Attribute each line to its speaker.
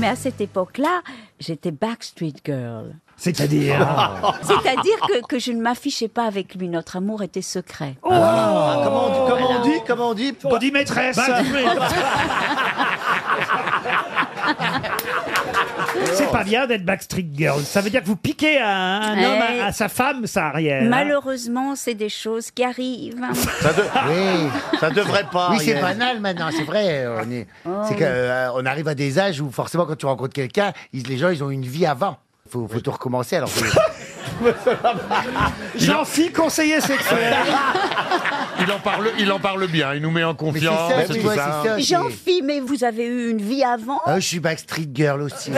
Speaker 1: Mais à cette époque-là, j'étais Backstreet Girl.
Speaker 2: C'est-à-dire
Speaker 1: C'est-à-dire que, que je ne m'affichais pas avec lui. Notre amour était secret.
Speaker 3: Ah, comment, on, comment on dit Comment on dit
Speaker 2: On dit maîtresse C'est pas bien d'être Backstreet Girl. Ça veut dire que vous piquez à un
Speaker 1: Ouais.
Speaker 2: homme, à, à sa femme, ça, Ariel. hein.
Speaker 1: Malheureusement, c'est des choses qui arrivent.
Speaker 3: ça, de-
Speaker 4: Oui,
Speaker 3: ça devrait pas.
Speaker 5: Oh,
Speaker 4: oui c'est
Speaker 3: Ariel.
Speaker 4: banal maintenant, c'est vrai. On, est, c'est que, euh, on arrive à des âges où forcément quand tu rencontres quelqu'un, ils- les gens ils ont une vie avant. Faut, faut tout recommencer alors. que-
Speaker 2: J'en suis conseiller sexuel.
Speaker 5: Il en parle, il en parle bien. Il nous met en
Speaker 4: Mais c'est
Speaker 5: confiance.
Speaker 4: ça,
Speaker 5: tout
Speaker 4: tu vois,
Speaker 5: ça.
Speaker 4: c'est ça.
Speaker 1: J'en
Speaker 4: c'est-
Speaker 1: fis, mais vous avez eu une vie avant
Speaker 4: Ah, je suis Backstreet Girl aussi.